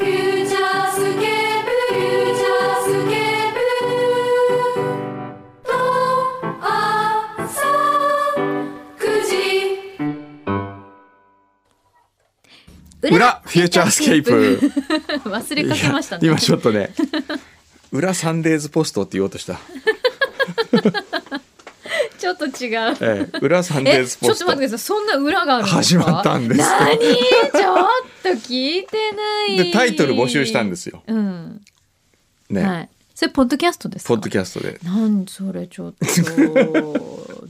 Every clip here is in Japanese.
フューチャースケープフューチャースケープと朝9時裏フューチャースケープ忘れかけましたいねや今ちょっ とね裏サンデーズポストって言おうとした、ちょっと違うええ、裏サンデえーズちょポっスとト待ってくださいそんな裏があるんですか始まったんです何ちょっと聞いてないでタイトル募集したんですすよ、うん、ねはいそれポッドキャストですかポッドキャストでなんそれちょっと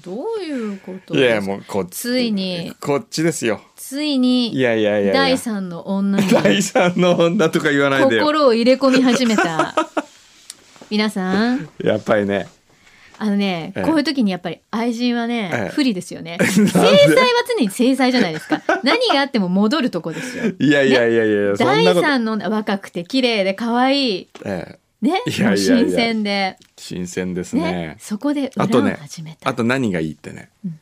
どういうこといですかやもうこっちついにこっちですよついいにやいやいやいや第三の女に 第三の女とか言わないでよ心を入れ込み始め た皆さんやっぱりねあのね、ええこういう時にやっぱり愛人はね、ええ不利ですよ ね。制裁は常に制裁じゃないですか。何があっても戻るとこですよ。いやいやいやいや、そん第なこと、三の若くて綺麗で可愛いええ、ね、いやいやいやもう新鮮で新鮮ですねねそこであ裏とをね始めた。あと何がいいってね、うん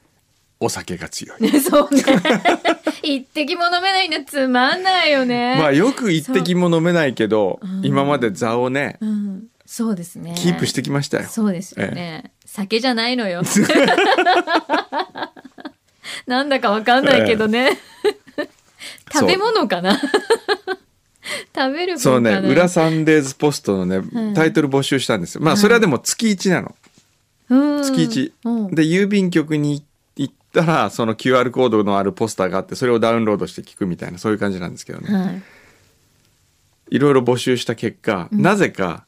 お酒が強い そうね。一滴も飲めないのつまんないよね。まあよく一滴も飲めないけど、そううん今まで座をねうん、そうですね。キープしてきましたよ、そうですよね、酒じゃない のよ。なんだかわかんないけどね。そう食べ物かな食べるもそのうねか「な裏サンデーズポスト」のね、んタイトル募集したんですよまあそれはでも月1なの、うん月うん1で郵便局に行ったらその QR コードのあるポスターがあってそれをダウンロードして聞くみたいなそういう感じなんですけどね、はい。いろいろ募集した結果、なぜか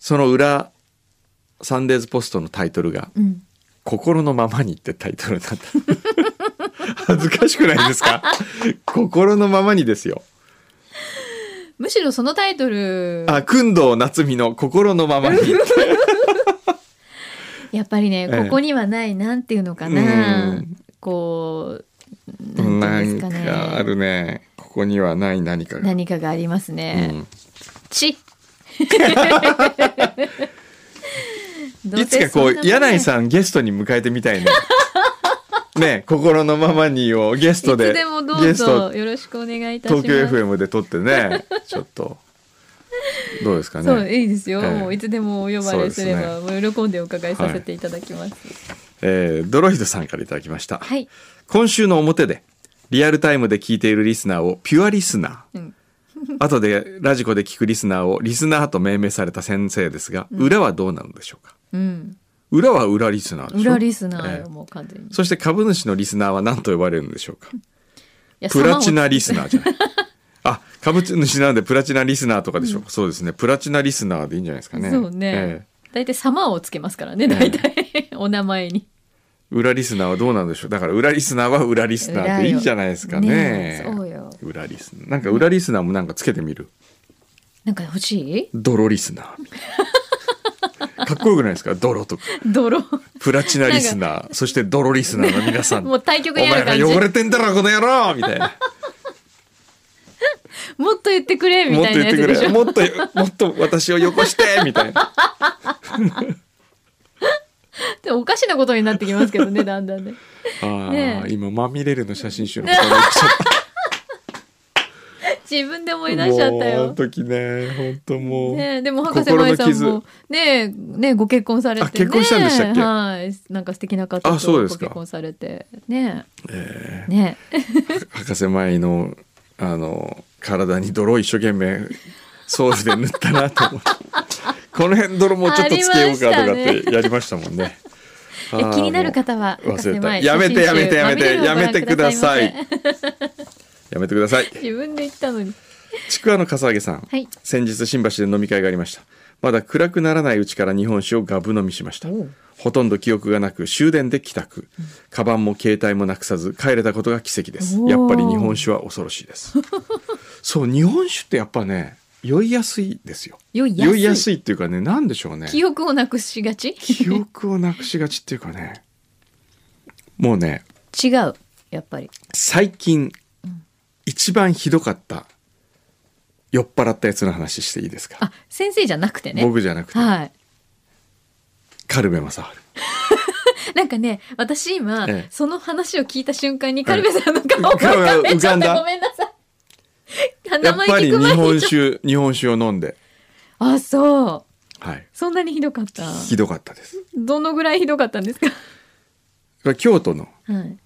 その裏サンデーズポストのタイトルがうん。 「心のままに」ってタイトルになった 恥ずかしくないで すか心のままにですよむしろそのタイトル、あ工藤夏美の「心のままに」 やっぱりね、ええここにはない、なんていうのかな。うんこう、ななんていうんでんすかね。かあるねここにはない何かが、何かがありますうね。ん、 ちどいうつせかこそんなもうね柳井さんゲストに迎えてみた いねね心のままにをゲストいでつでもどうゲスぞトよろしくお願いいたします。東京 FM で撮っ てねちょっとどうですかそうね、いいですよ、ええもういつでもお呼ばれすればそもう喜んでお伺いさせていただきます。えードロイドさんからいただきました、はい、今週の表でリアルタイムで聞いているリスナーをピュアリスナうーん、 後でラジコで聞くリスナーをリスナーと命名された先生ですが、裏はどうなのでしょうかうん、裏は裏リスナーでしょ裏リスナーえよえもう完全に。いそして株主のリスナーは何と呼ばれるんでしょうかやプラチナ様をリスナーじゃない。 あ、株主なのでプラチナリスナーとかでしょうか、そうですね。プラチナリスナーでいいんじゃないですかね。そうね、ええ大体様をつけますからね大体、 お名前に。裏リスナーはどうなんでしょう。だから裏リスナーは裏リスナーでいいんじゃないですかね。裏よねえそうよ裏リスナー。なんか裏リスナーもなんかつけてみる。なんか欲し い泥リスナーみたいな。かっこよくないですか泥とか。泥プラチナリスナー、そして泥リスナーの皆さん。もう対お局にあ前る感じら汚れてんだろ、この野郎みたいな。もっと言ってく れみもったといな言っやてつでしくれ。ょ。もっと、もっと私をよこしてみ たいな。で おかしなことになってきますけどねだんだんね。ああ、ねえ今マミレルの写真集 のことになっちゃった自分で思い出しちゃったもうあよの。時ね、本当もう。ねえ、でも博士舞さん心のもねえねえご結婚されて、ね、あ結婚したんでしたっけはいなんか素敵な方とあそうごですか結婚されてねえねえ博士前のあの体に泥を一生懸命掃除で塗ったなと思って。 この辺泥もうちょっとつけようかとかってやりましたもんね。あ えー気になる方はもう博士忘れた。前やめてやめてやめ写真て集やめてくださいまみれをご覧くださいま。やめてください。せ自分で言ったのにちくわのかさあげさん。はい先日新橋で飲み会がありましたまだ暗くならないうちから日本酒をガブ飲みしましたほとんど記憶がなく終電で帰宅カバンも携帯もなくさず帰れたことが奇跡ですおー やっぱり日本酒は恐ろしいですそう日本酒ってやっぱね酔いやすいですよ酔いやすい酔いやすいっていうかねなんでしょうね記憶をなくしがち記憶をなくしがちっていうかねもうね違うやっぱり最近一番ひどかった酔っ払ったやつの話していいですかあ先生じゃなくてね僕じゃなくてはいカルベ正なんかね私今、ええその話を聞いた瞬間にカルベさんの顔が浮ええかんで浮ちょかっんとだごめんなさい治や名っ前ぱり聞日く前本にちょっ酒日本酒を飲んでとあそうはいそんなにひどかったひどかったですどのぐらいひどかったんですかこれ京都のはい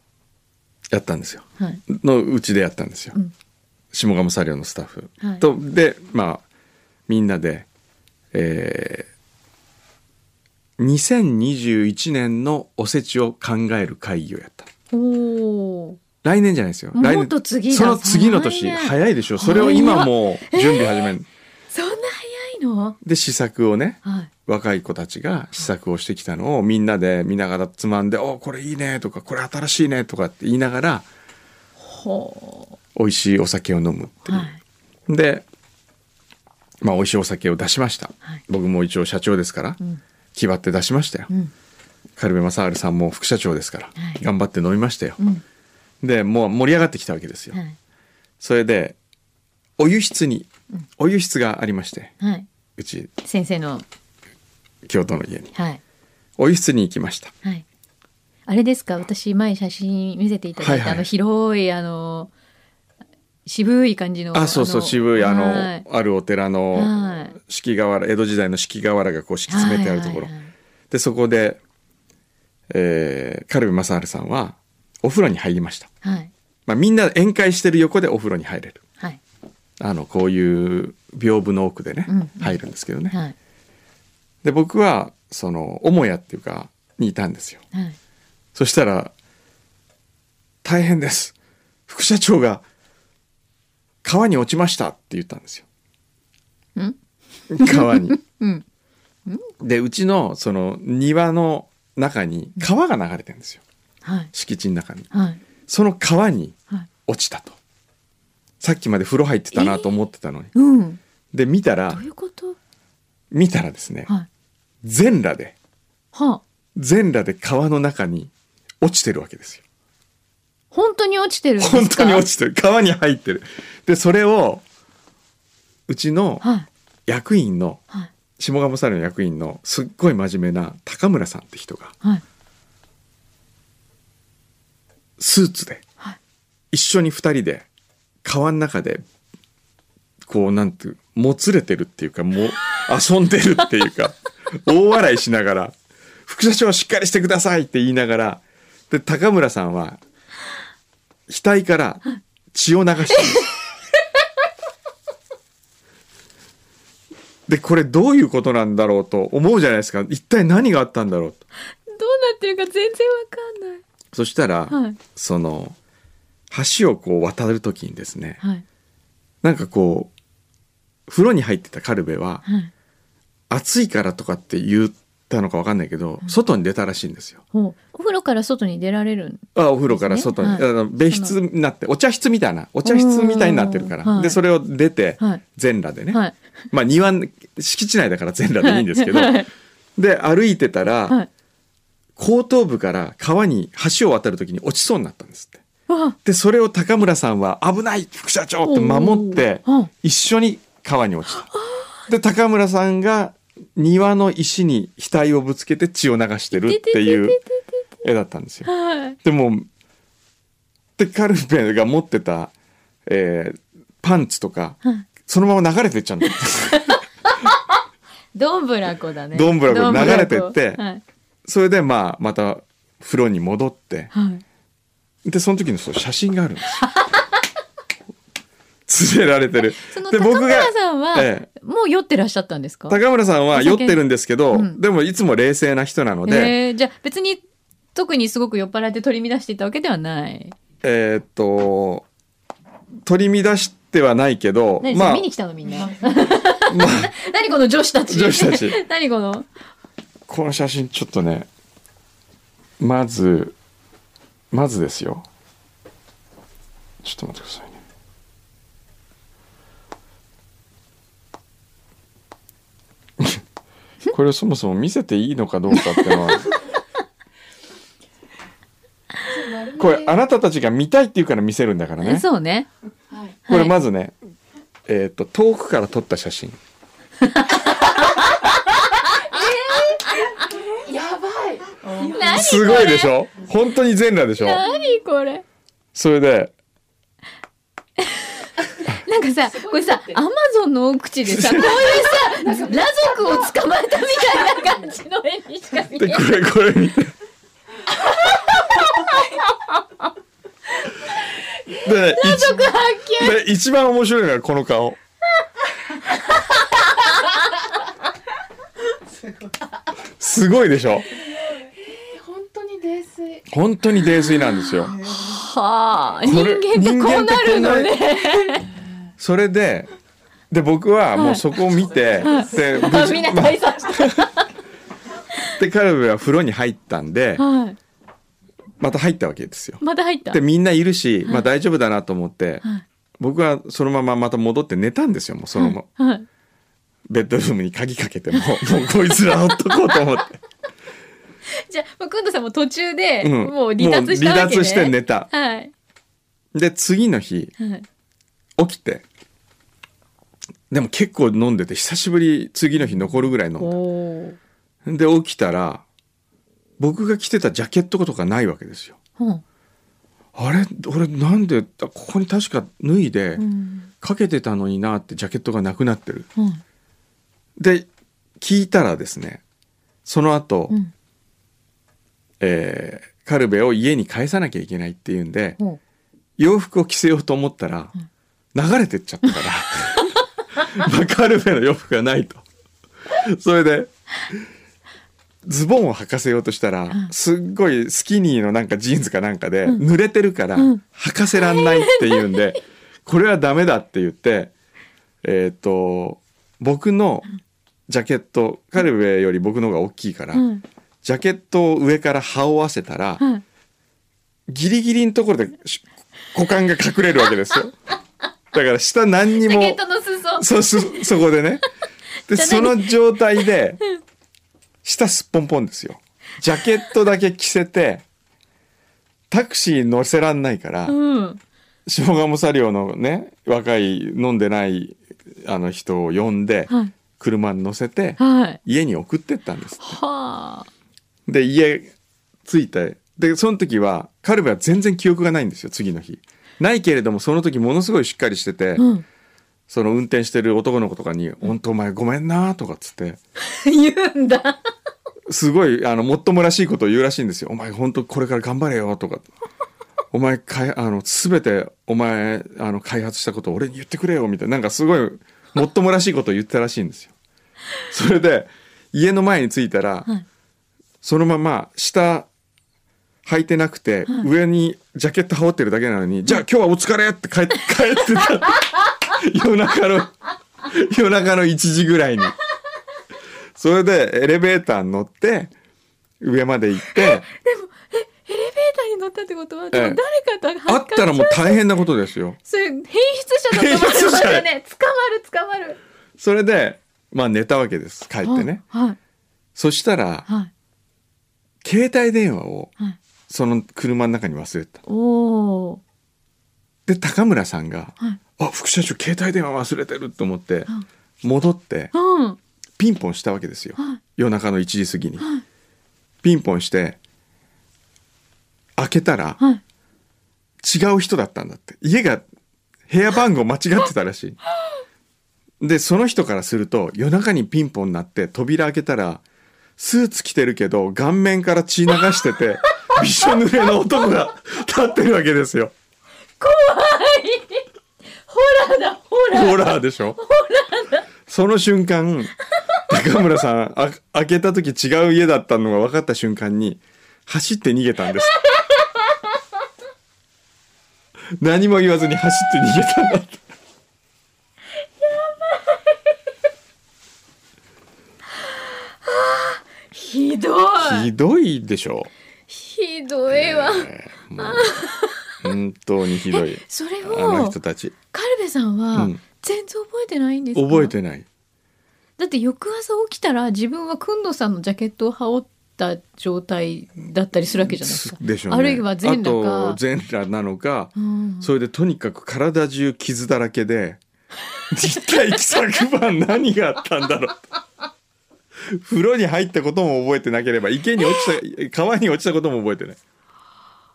やったんですよはいのうちでやったんですよ、うん下鴨サリオのスタッフ、はいとでまあみんなでえー2021年のおせちを考える会議をやったおー来年じゃないですよもっ来年と次だその次の年再来年早いでしょそれを今もう準備始める、そんな早いので試作をねはい若い子たちが試作をしてきたのをみんなで見ながらつまんで「おこれいいね」とか「これ新しいね」とかって言いながらほ美味しいお酒を飲むってういう、はいで、まあ、美味しいお酒を出しました、はい僕も一応社長ですから、ん気張って出しましたよ、うん軽部正治さんも副社長ですから、はい頑張って飲みましたよ、うんでもう盛り上がってきたわけですよ、はいそれでお湯室に、お湯室がありましてはいうち先生の京都の家にはいお湯室に行きましたはい。あれですか、私前写真見せていただいた、はいはいあの広いあの渋い感じのあそうそう渋いあの、はいあるお寺のはい敷き瓦江戸時代の敷き瓦がこう敷き詰めてあるところ、はいはいはいでそこで、えー、軽部正治さんはお風呂に入りました、はいまあ、みんな宴会してる横でお風呂に入れるはいあのこういう屏風の奥でね、うんうん入るんですけどね、はいで僕はその母屋っていうかにいたんですよはいそしたら「大変です副社長が川に落ちました」って言ったんですようん川に うんでうちのその庭の中に川が流れてるんですよはい敷地の中にはいその川にはい落ちたとさっきまで風呂入ってたなと思ってたのに、うんで見たどらういうこと見たらですねはい全裸ではあ全裸で川の中に落ちてるわけですよ本当に落ちてるんですか本当に落ちちてる川に入ってるでそれをうちのはい役員のはい下鴨サリの役員のすっごい真面目な高村さんって人がはいスーツではい一緒に二人で川の中でこうなんていうもつれてるっていうかもう遊んでるってい うか大笑いしながら「副社長しっかりしてください」って言いながらで高村さんは額から血を流してるん です。でこれどういうことなんだろうと思うじゃないですか一体何があったんだろうと。どうなってるか全然わかんないそしたら、はいその橋をこう渡る時にですね、はいなんかこう風呂に入ってたカルベははい暑いからとかって言ったのかわかんないけど、外に出たらしいんですよ。ほうお風呂から外に出られるんあお風呂から外に、ですねはいあの別室になってお茶室みたいなお茶室みたいになってるから、おーはいでそれを出て、はい全裸でね、はいまあ庭敷地内だから全裸でいいんですけど、はいで歩いてたら、はい後頭部から川に橋を渡る時に落ちそうになったんですって。わでそれを高村さんは「危ない副社長!」って守っておーうん一緒に川に落ちた。で高村さんが庭の石に額をぶつけて血を流してるっていう絵だったんですよ。はいでもでカルベが持ってた、えーパンツとかはいそのまま流れてっちゃうんだって どんぶらこだね。どんぶらこ流れてってはい。それでまあまた風呂に戻ってはい。でその時のそう写真があるん ですよ。連れられてる。そので高僕が村さんは、えもう酔ってらっしゃったんですか。高村さんは酔ってるんですけおど、酒うんでもいつも冷静な人なので、えー、じゃあ別に特にすごく酔っ払って取り乱していたわけではない。えーっと取り乱してはないけど何、まあ見に来たのみんな。まあ 何この女子たち。女子たち 何この。この写真ちょっとねまずまずですよちょっと待ってくださいね これをそもそも見せていいのかどうかってのはこれあなたたちが見たいって言うから見せるんだからねそうね。はい。これはいまずね、えーっと遠くから撮った写真やばい。何すごいでしょ本当に全裸でしょ何これ。それでなんかさ、これさ、アマゾンの奥地でさ、こういうさ、裸族を捕まえたみたいな感 じの絵にしか見えでなこい。れこれ見て。で一裸族発見で一番面白いのがこの顔。すごいでしょ本当に泥酔。本当に泥酔なんですよ。はあ、人これ間ってこうなるの人間ってね。それでで僕はもうそこを見て、で無事みんなま解散した。で彼女は風呂に入ったんではい。また入ったわけですよ。また入った。でみんないるし、まあ、大丈夫だなと思って、はい僕はそのまままた戻って寝たんですよもうそのまま、はい。ベッドルームに鍵かけても うもうこいつらほっとこうと思って、じゃあ、まあ、くんどさんも途中で、うん もう離脱したわけね。もう離脱して寝たはい。で次の日はい。起きてでも結構飲んでて久しぶり次の日残るぐらい飲んだおで起きたら僕が着てたジャケットとかないわけですよお。あれ俺なんであここに確か脱いでうん。かけてたのになってジャケットがなくなってるうん。で聞いたらですねその後、うん。えーカルベを家に返さなきゃいけないっていうんでほう洋服を着せようと思ったら流れてっちゃったからまあカルベの洋服がないとそれでズボンを履かせようとしたらすっごいスキニーのなんかジーンズかなんかで濡れてるから履かせらんないっていうん でこれはダメだって言ってえっ、と僕のジャケットカルベより僕の方が大きいから、うん。ジャケットを上から羽織わせたら、はい。ギリギリのところでし股間が隠れるわけで すよ。だから下何にジャケッもトの裾。そそそこでね。でじゃあその状態で下すっぽんぽんですよ。ジャケットだけ着せてタクシー乗せらんないから、うん。下鴨車両のね若い飲んでないあの人を呼んで、はい車に乗せてはい。家に送ってったんです。はあ。で家着いてでその時はカルベは全然記憶がないんですよ次の日ないけれどもその時ものすごいしっかりしてて、うん。その運転してる男の子とかに「本当お前ごめんな」とかっつって言うんだ。すごいあのもっともらしいことを言うらしいんですよ「お前本当これから頑張れよ」とか 「お前かいあの全てお前あの開発したことを俺に言ってくれよ」みたいななんかすごいもっともらしいことを言ったらしいんですよ。それで家の前に着いたら、はいそのまま下履いてなくて、上にジャケット羽織ってるだけなのに、じゃあ今日はお疲れって帰って帰ってた夜中の夜中の1時ぐらいにそれでエレベーターに乗って上まで行 ってエレベーターに乗ったってことは、ええ誰かと会ったらもう大変なことですよそういう変質者だと思ったよね。捕まる捕まる。それでまあ寝たわけです帰ってねはい。そしたらはい。携帯電話をはい。その車の中に忘れてたおお。で高村さんがはい。 「あ副社長携帯電話忘れてる」と思ってん戻ってうん。ピンポンしたわけですよはい夜中の1時過ぎにピンポンして開けたらはい。違う人だったんだって家が部屋番号間違ってたらしいでその人からすると夜中にピンポン鳴って扉開けたらスーツ着てるけど顔面から血流して てびしょ濡れの男が 立ってるわけですよホラーだ、ホラー。ホラーでしょその瞬間高村さんあ開けた時違う家だったのが分かった瞬間に走って逃げたん です何も言わずに走って逃げたんだってひどい。ひどいでしょひどいわ。本当にひどいそれあのを人、たちカルベさんうはん全然覚えてないんですか覚えてないだって翌朝起きたら自分はくんどさんのジャケットを羽織った状態だったりするわけじゃないですか。でしょうねあるいは全裸あとか。全裸なのか、うんそれでとにかく体中傷だらけで一体昨晩何があったんだろう風呂に入ったことも覚えてなければ池に落ちた川に落ちたことも覚えてない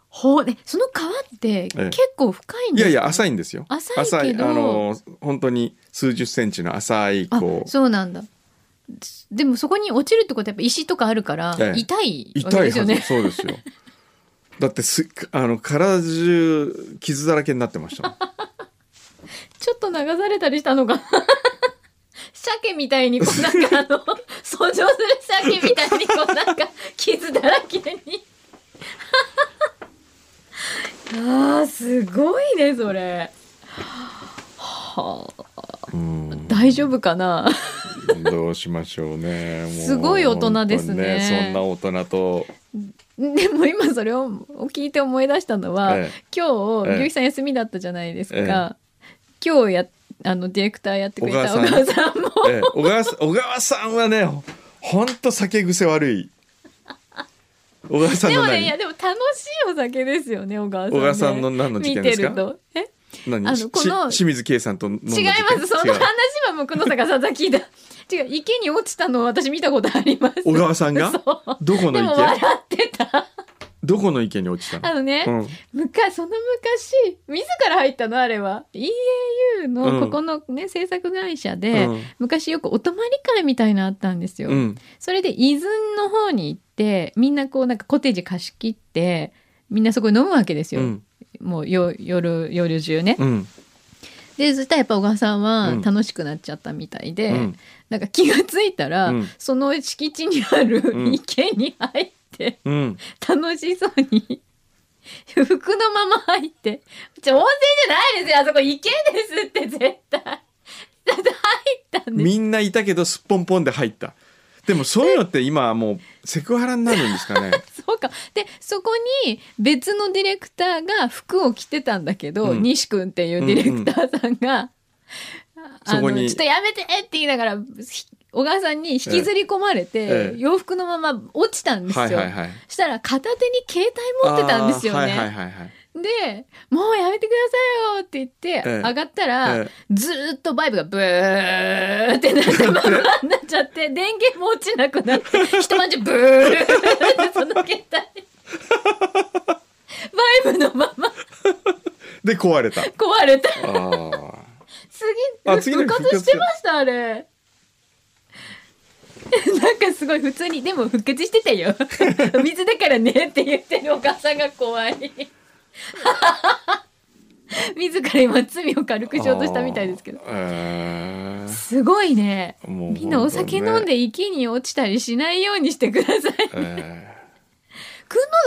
ほうね、その川ってええ結構深いんいですやかいや浅い。いんですよ浅いけどあの本当に数十センチの浅いあこ、うそうなんだ。でもそこに落ちるってことはやっぱ石とかあるから、ええ痛いわけ痛いではすよず、ね。そうですよだってすあの体中傷だらけになってましたもんちょっと流されたりしたのが。 鮭みたいにこうなんかあ の、遡上する鮭みたいにこうなんか傷だらけに。 あーすごいねそれ。はあ うん大丈夫かな。どうしましょうねもうすごい大人ですね本当にそんな大人とでも今それを聞いて思い出したのは、え今日ええ牛木さん休みだったじゃないですえか。今日やあのディレクターやってくれた小小川さ川んさんもええ小 川さん小川さんはねほほんと酒癖悪い小川さんでのも何、ねいやでも楽しいお酒ですよね小川さんね、小川さんの何の事見件てですかるとえ何あのしこのし清水圭さんと飲んだ違いますそ時の違話うはもう久野坂さんが聞いた違う池に落ちたのを私見たことあります小川さんがそうどこのでも池笑ってたどこの池に落ちたのあのね、うん昔その昔自ら入ったのあれは EAU うんのここのね、制作会社で、うん昔よくお泊まり会みたいなのあったんですよ、うんそれで伊豆の方に行ってみんなこうなんかコテージ貸し切ってみんなそこに飲むわけですうよ、んもうよ夜夜中ね、うんでそしたらやっぱ小川さんうはん楽しくなっちゃったみたいで、うんなんか気がついたら、うんその敷地にあうるん池に入って、うん楽しそうに服のまま入ってちょ温泉じゃないですよあそこ池ですって絶対だって入ったんですみんないたけどすっぽんぽんで入ったでもそういうのって今はもうセクハラになるんですかねそうか でそこに別のディレクターが服を着てたんだけど、うん西君っていうディレクターさんが、あそこのにちょっとやめてって言いながらひ小川さんに引きずり込まれて、ええ洋服のまま落ちたんですよ。はいはいはいしたら片手に携帯持ってたんですよね。あーはいはいはいはいで、もうやめてくださいよって言って、ええ上がったら、ええずーっとバイブがブーってなって、ままになっちゃ って、電源も落ちなくなって、一晩中ブーってその 携帯。バイブのままで壊れた壊れた。ああ次、あ次の復日活してました、あれ。 なんかすごい普通に、でも復活してた よ。水だからねって言ってるお母さんが怖い。 自ら今罪を軽くしようとしたみたいですけど。えーすごいね。もうみんなお酒飲んで池に落ちたりしないようにしてください。くんのえ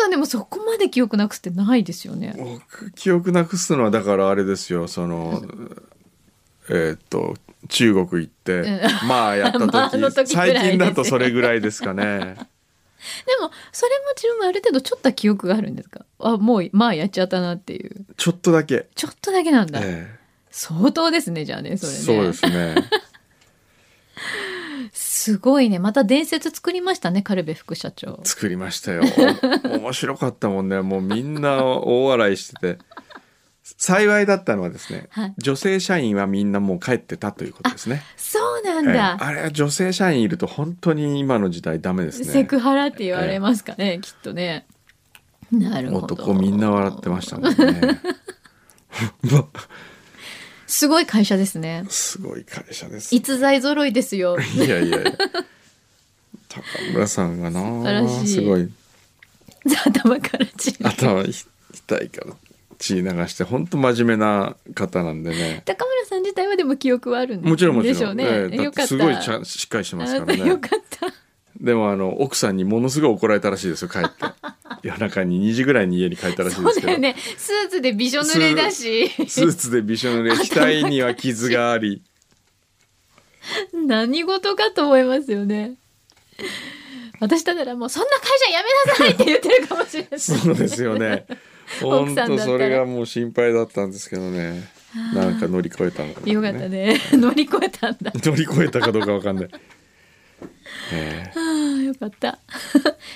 さんでもそこまで記憶なくすってないですよね。ー僕記憶なくすのはだからあれですよそのえーっと中国行って、うまあやった時,、 まああの時ぐらい最です近だとそれぐらいですかねでも、それも自分もある程度ちょっとは記憶があるんですかあ、もう、まあやっちゃったなっていう。ちょっとだけ、ちょっとだけなんだ。え相当ですね、じゃあね、ーそれね。そうですねすごいね。また伝説作りましたね、軽部副社長。作りましたよ 面白かったもんねもうみんな大笑いしてて幸いだったのはですね、はい女性社員はみんなもう帰ってたということですねそうなえんえだ。あれは女性社員いると本当に今の時代ダメですセねクハラって言われますかね、きっとね。なるほど。男みんな笑ってましたもんね まあすごい会社ですね。すごい会社ですい逸材揃いですよ。やいやいや高村さんがな素晴らしいすごい頭から血が頭ひ 痛いから血流して本当真面目な方なんでね高村さん自体はでも記憶はあるんもちろんもでちろん。しょうね。ええだよっかてった。すごいちゃんしっかりしてますからあなたよね。かった。でもあの奥さんにものすごい怒られたらしいです よ帰って。夜中に2時ぐらいに家に帰ったらしいそでうすけだど。よね。スーツでびしょ濡れだし。スーツでびしょ濡れ額には傷が あり何事かと思いますよね。私だったらもうそんな会社やめなさいって言ってるかもしれない。そうですよね奥本さんだったら当それがもう心配だったんですけどねなんか乗り越えたのかな、よかったね乗り越えたんだ乗り越えたかどうかわかんない、えあーよかった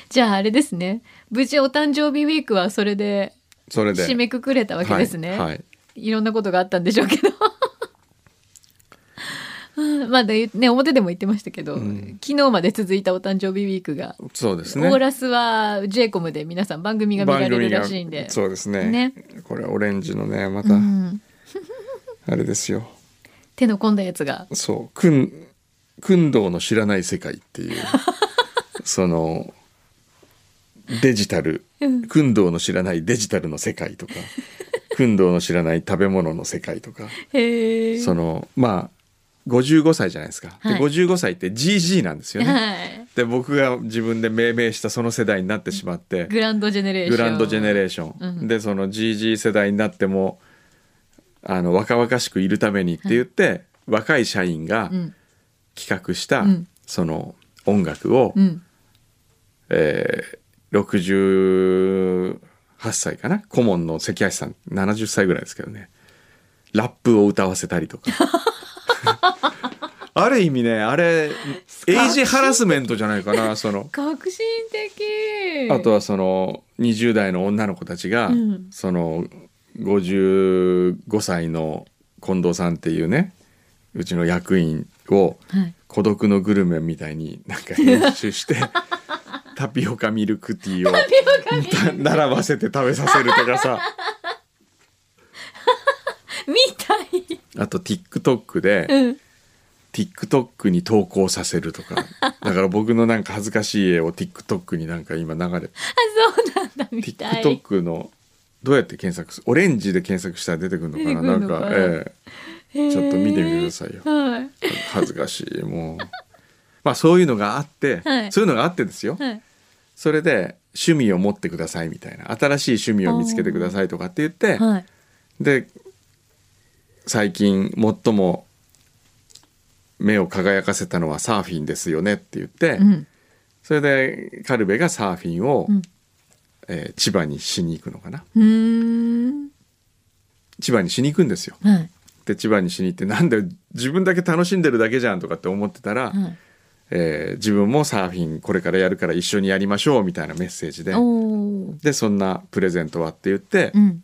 じゃああれですね無事お誕生日ウィークはそれでーそれで締めくくれたわけですね、はいはいい、ろんなことがあったんでしょうけど うんまあでね表でも言ってましたけど、ん昨日まで続いたお誕生日ウィークが、そうですオねーラスは J コムで皆さん番組が見られるらしいんでそうですねねこれオレンジのねまうたんあれですよ、手の込んだやつがそう「くん君道の知らない世界」っ ていうそのデジタル君道の知らないデジタルの世界とか君道の知らない食べ物の世界 とかへえそのまあ55歳じゃないですか、はでい55歳って GG なんですよね。はいで僕が自分で命名したその世代になってしまってグランドジェネレーショグンランドジェネレーーション、うんでその GG 世代になってもあの若々しくいるためにって言って、若い社員がうん企画した、うんその音楽を、うんえー68歳かな顧問の関橋さん70歳ぐらいですけどねラップを歌わせたり とか ある意味ねあれエイジハラスメントじゃないかなその革新的あとはその20代の女の子たちが、うんその55歳の近藤さんっていうねうちの役員をはい「孤独のグルメ」みたいになんか編 集してタピオカミルクティーを た並ばせて食べさせるとかさみたいあと TikTok で、うん TikTok に投稿させるとかだから僕のなんか恥ずかしい絵を TikTok になんか今流れてあそうなんだみたい TikTok のどうやって検索するオレンジで検索したら出てくるのかな出てくるなのんかか、えちょえちょっと見てみてくださいよはい恥ずかしいもうまあそういうのがあって、はいそういうのがあってですよ、はいそれで趣味を持ってくださいみたいな新しい趣味を見つけてくださいとかって言って、はいで最近最も目を輝かせたのはサーフィンですよねって言って、うんそれでカルベがサーフィンを、うんえー千葉にしに行くのかなうーん千葉にしに行くんですよ。はいで千葉にしに行ってなんで自分だけ楽しんでるだけじゃんとかって思ってたはいら、えー自分もサーフィンこれからやるから一緒にやりましょうみたいなメッセージでおーでそんなプレゼントはって言って、うん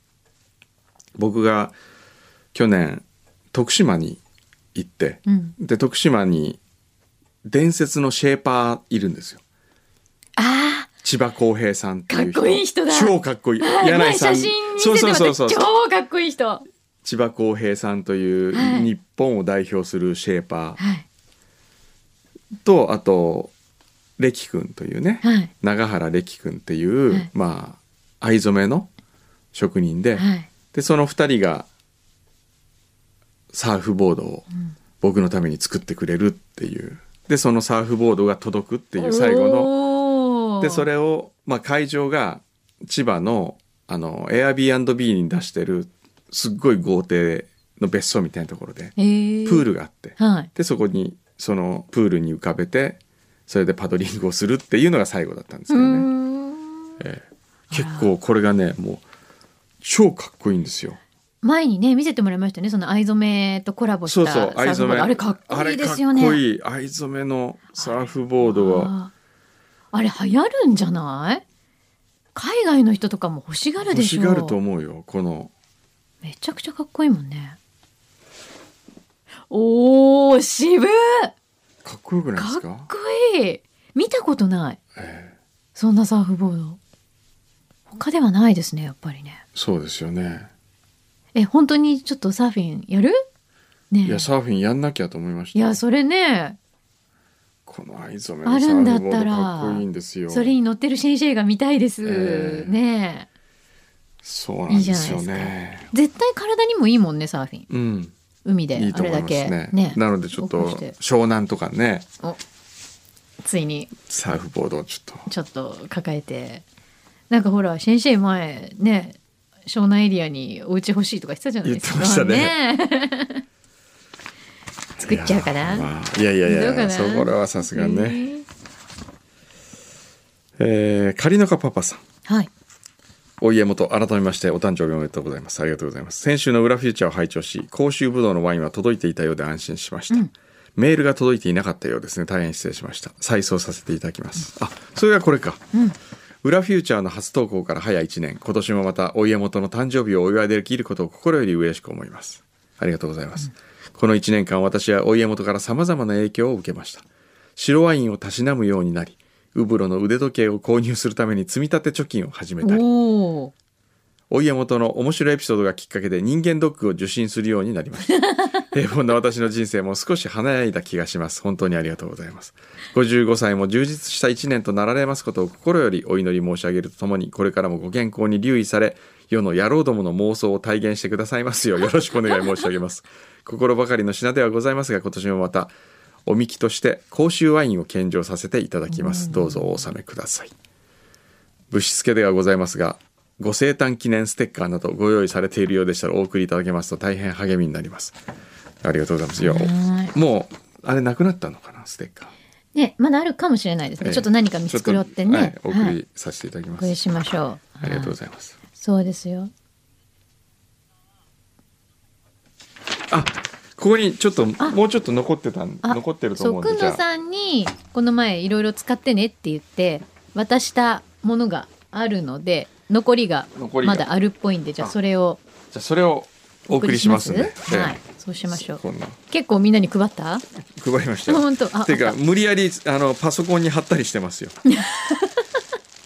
僕が去年徳島に行って、うんで徳島に伝説のシェーパーいるんですよあ千葉浩平さんっていう人かっこいい人だ超かっこいいあ柳井さん写真見せてもらってそうそうそうそう超かっこいい人は千葉浩平さんというはい日本を代表するシェーパー、いとあとレキ君というね、はい永原レキ君っていう、はいまあ藍染めの職人で、はいでその2人がサーフボードを僕のために作ってくれるっていうでそのサーフボードが届くっていう最後ののでそれれを、まあ、会場が千葉のあの Airbnb に出してるすっごい豪邸の別荘みたいなところでプープールがあって、はいでそこにそのプールに浮かべてそれでパドリングをするっていうのが最後だったんですうーけどねん結構これがねもう超かっこいいんですよ前にね見せてもらいましたよねその藍染めとコラボしたそうそうサー藍フ染ボーめドあれかっこいいですよねあれかっこいい藍染めのサーフボードはあーあれ流行るんじゃない海外の人とかも欲しがる欲でししょがると思うよこのめちゃくちゃかっこいいもんねおー渋っかっこよくないでかすっかこいい見たことないええそんなサーフボード他ではないですねやっぱりねそうですよねえ本当にちょっとサーフィンやるねえいやサーフィンやんなきゃと思いましたいやそれねこの藍染めのあサるんだーっフボーたドらかっこいいんですよそれに乗ってる先生が見たいです、ええねそうなんでいいじすゃなよいですかねえ絶対体にもいいもんねサーフィンうん海でいいあとれ思だいますけねねなのでちょっと興奮して湘南とかねおついにサーフボードをちょっとちょっと抱えてなんかほら先生前ね湘南エリアにお家欲しいとか言ってたじゃないですか言ってましたねね作っちゃうかないや,、まあいやいやいどうかやなそこらはさすがね、ねえー、カリノカパパさんはいおお家元改めましてお誕生日おめでとうございますありがとうございます先週の裏フューチャーを拝聴し甲州ぶどうのワインは届いていたようで安心しました、メールが届いていなかったようですね大変失礼しました再送させていただきます、あそれがこれか、裏フューチャーの初投稿から早1年今年もまたお家元の誕生日をお祝いできることを心より嬉しく思いますありがとうございます、この1年間私はお家元から様々な影響を受けました白ワインをたしなむようになりウブロの腕時計を購入するために積み立て貯金を始めたりおお。お家元の面白いエピソードがきっかけで人間ドックを受診するようになりました平凡な私の人生も少し華やいだ気がします本当にありがとうございます55歳も充実した1年となられますことを心よりお祈り申し上げるとともにこれからもご健康に留意され世の野郎どもの妄想を体現してくださいますようよろしくお願い申し上げます 心ばかりの品ではございますが今年もまたおみきとして甲州ワインを献上させていただきますどうぞお納めくださいぶしつけではございますがご生誕記念ステッカーなどご用意されているようでしたらお送りいただけますと大変励みになりますありがとうございますいやはもうあれなくなったのかなステッカーね、まだあるかもしれないですね。ええちょっと何か見繕ってねち。ょっとはい、お送りさせていただきまおす、送りしましょう。ありがとうごはいざいますそうですよ。あここにちょっとあもうちょっと残ってたんあ残ってるとそ思う、うんくでんじゃのあさんに、この前いろいろ使ってねって言って、渡したものがあるので、残りが残りがまだあるっぽいんで、じゃああそれをじゃあそれをお送りしますんでええはい、そうしましょう。こんな結構みんなに配った配りましたよ本当あていうあかっ無理やりあのパソコンに貼ったりしてます よ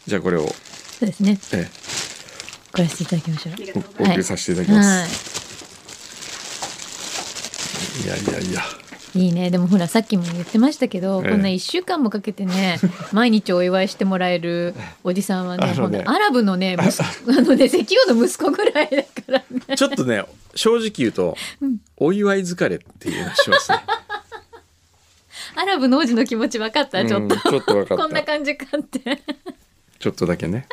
じゃあこれを、たそうですね。ええこれしていただきましょう。おお送りさせていただきます、い、やいやいやいいねでもほらさっきも言ってましたけど、ええこんな1週間もかけて ね毎日お祝いしてもらえるおじさんはねあのねほんとアラブのね息子あの ね石油の息子ぐらいだからねちょっとね正直言うと、お祝い疲れっていうのは しますねアラブの王子の気持ち分かったちょっと、うんちょっと分かったこんな感じかって ちょっとだけね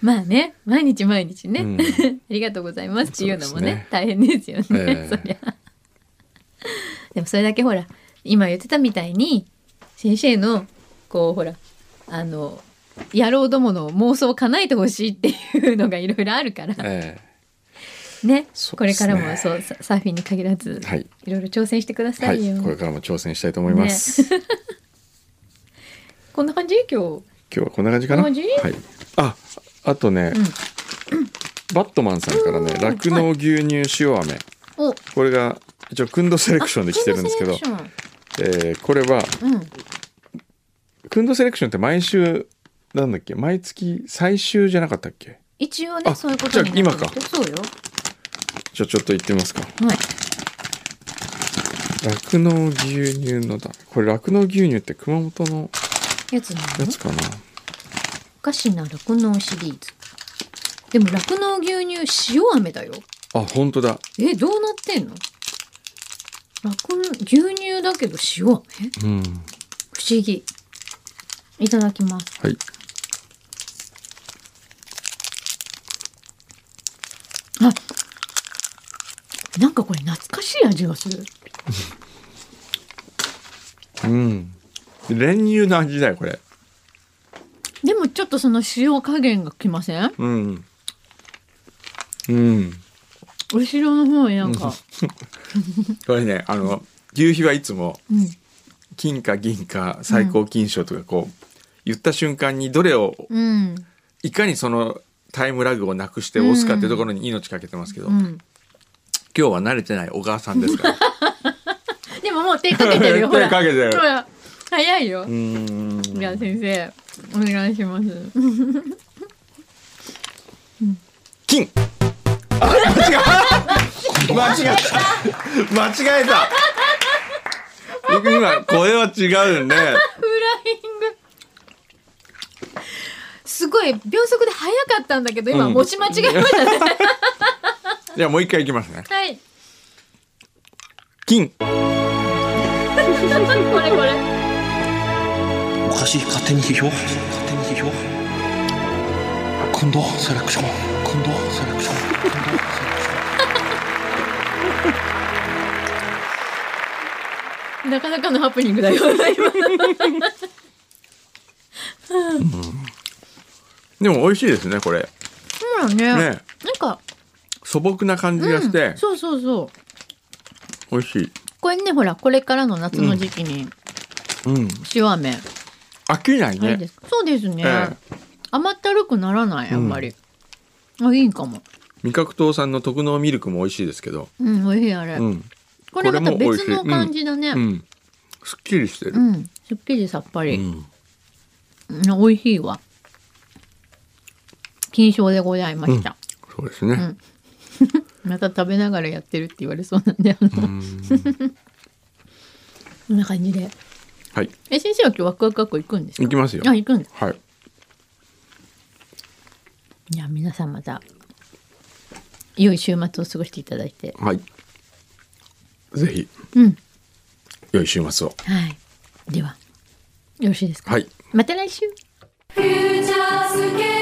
まあね毎日毎日ね、うん ありがとうございますっていうのもねそ大うですね変ですよね、ええそりゃでもそれだけほら今言ってたみたいに先生のこうほらあの野郎どもの妄想を叶えてほしいっていうのがいろいろあるからえねそうですねこれからもそうササーフィンに限らず、はいい、ろいろ挑戦してくだえさいよ、はいこれからも挑戦したいと思います、こんな感じ今日今日はこんな感じかなこはんいな感ああとね、バットマンさんからねうん酪農牛乳塩飴おこれが一応くんどセレクションで来てるんですけどあキングセレクえーこれはションうんくんどセレクションって毎週なんだっけ毎月最終じゃなかったっけ一応ねあそういうことになじゃあってる今かそうよじゃあちょっと行ってみますかはい酪農牛乳のだこれ酪農牛乳って熊本のやつなのやつかなおかしな酪農シリーズでも酪農牛乳塩飴だよあ本当だえどうなってんの酪農牛乳だけど塩飴うん不思議いただきますはいなんかこれ懐かしい味がするうん練乳の味だよこれでもちょっとその塩加減がきませんうんうん後ろの方になんか、これねあの牛皮はいつもうん、金か銀か最高金賞とかこう、言った瞬間にどれをうん、いかにそのタイムラグをなくして押すかっていうところに命かけてますけど、うん。今日は慣れてない小川さんですから。でももう手かけてるよほら 手かけてるほら早いようん。じゃあ先生お願いします金。あ間違えた。間違えた。間違えた。僕今声は違うんで。フライングすごい秒速で早かったんだけど今うん持ち間違えました ね、じゃあもう一回いきますね。はい金。これこれおかしい勝手に批評勝手に批評今度セレクション今度セレクション今度セレクションなかなかのハプニングだよ今でも美味しいですねこれそうだねねなんか、素朴な感じうがして、ん、そうそうそう美味しいこれねほらこれからの夏の時期にうん塩飴、飽きないあれねですそうですね、え甘ったるくならないあんまり、あいいかも味覚糖さんの特納ミルクも美味しいですけど、うん美味しいあれ、うんこれまたこれも美味別しいの感じだねううん、ん、すっきりしてる、すっきりさっぱうり、んうん、美味しいわ金賞でございました、そうですね、んまた食べながらやってるって言われそうなんであのこんな感じではいえ先生は今日ワクワク学校行くんですか行きますよあ行くんだはいじゃあ皆さんまた良い週末を過ごしていただいてはいぜひうん良い週末をはいではよろしいですかはいまた来週フューチャースケープ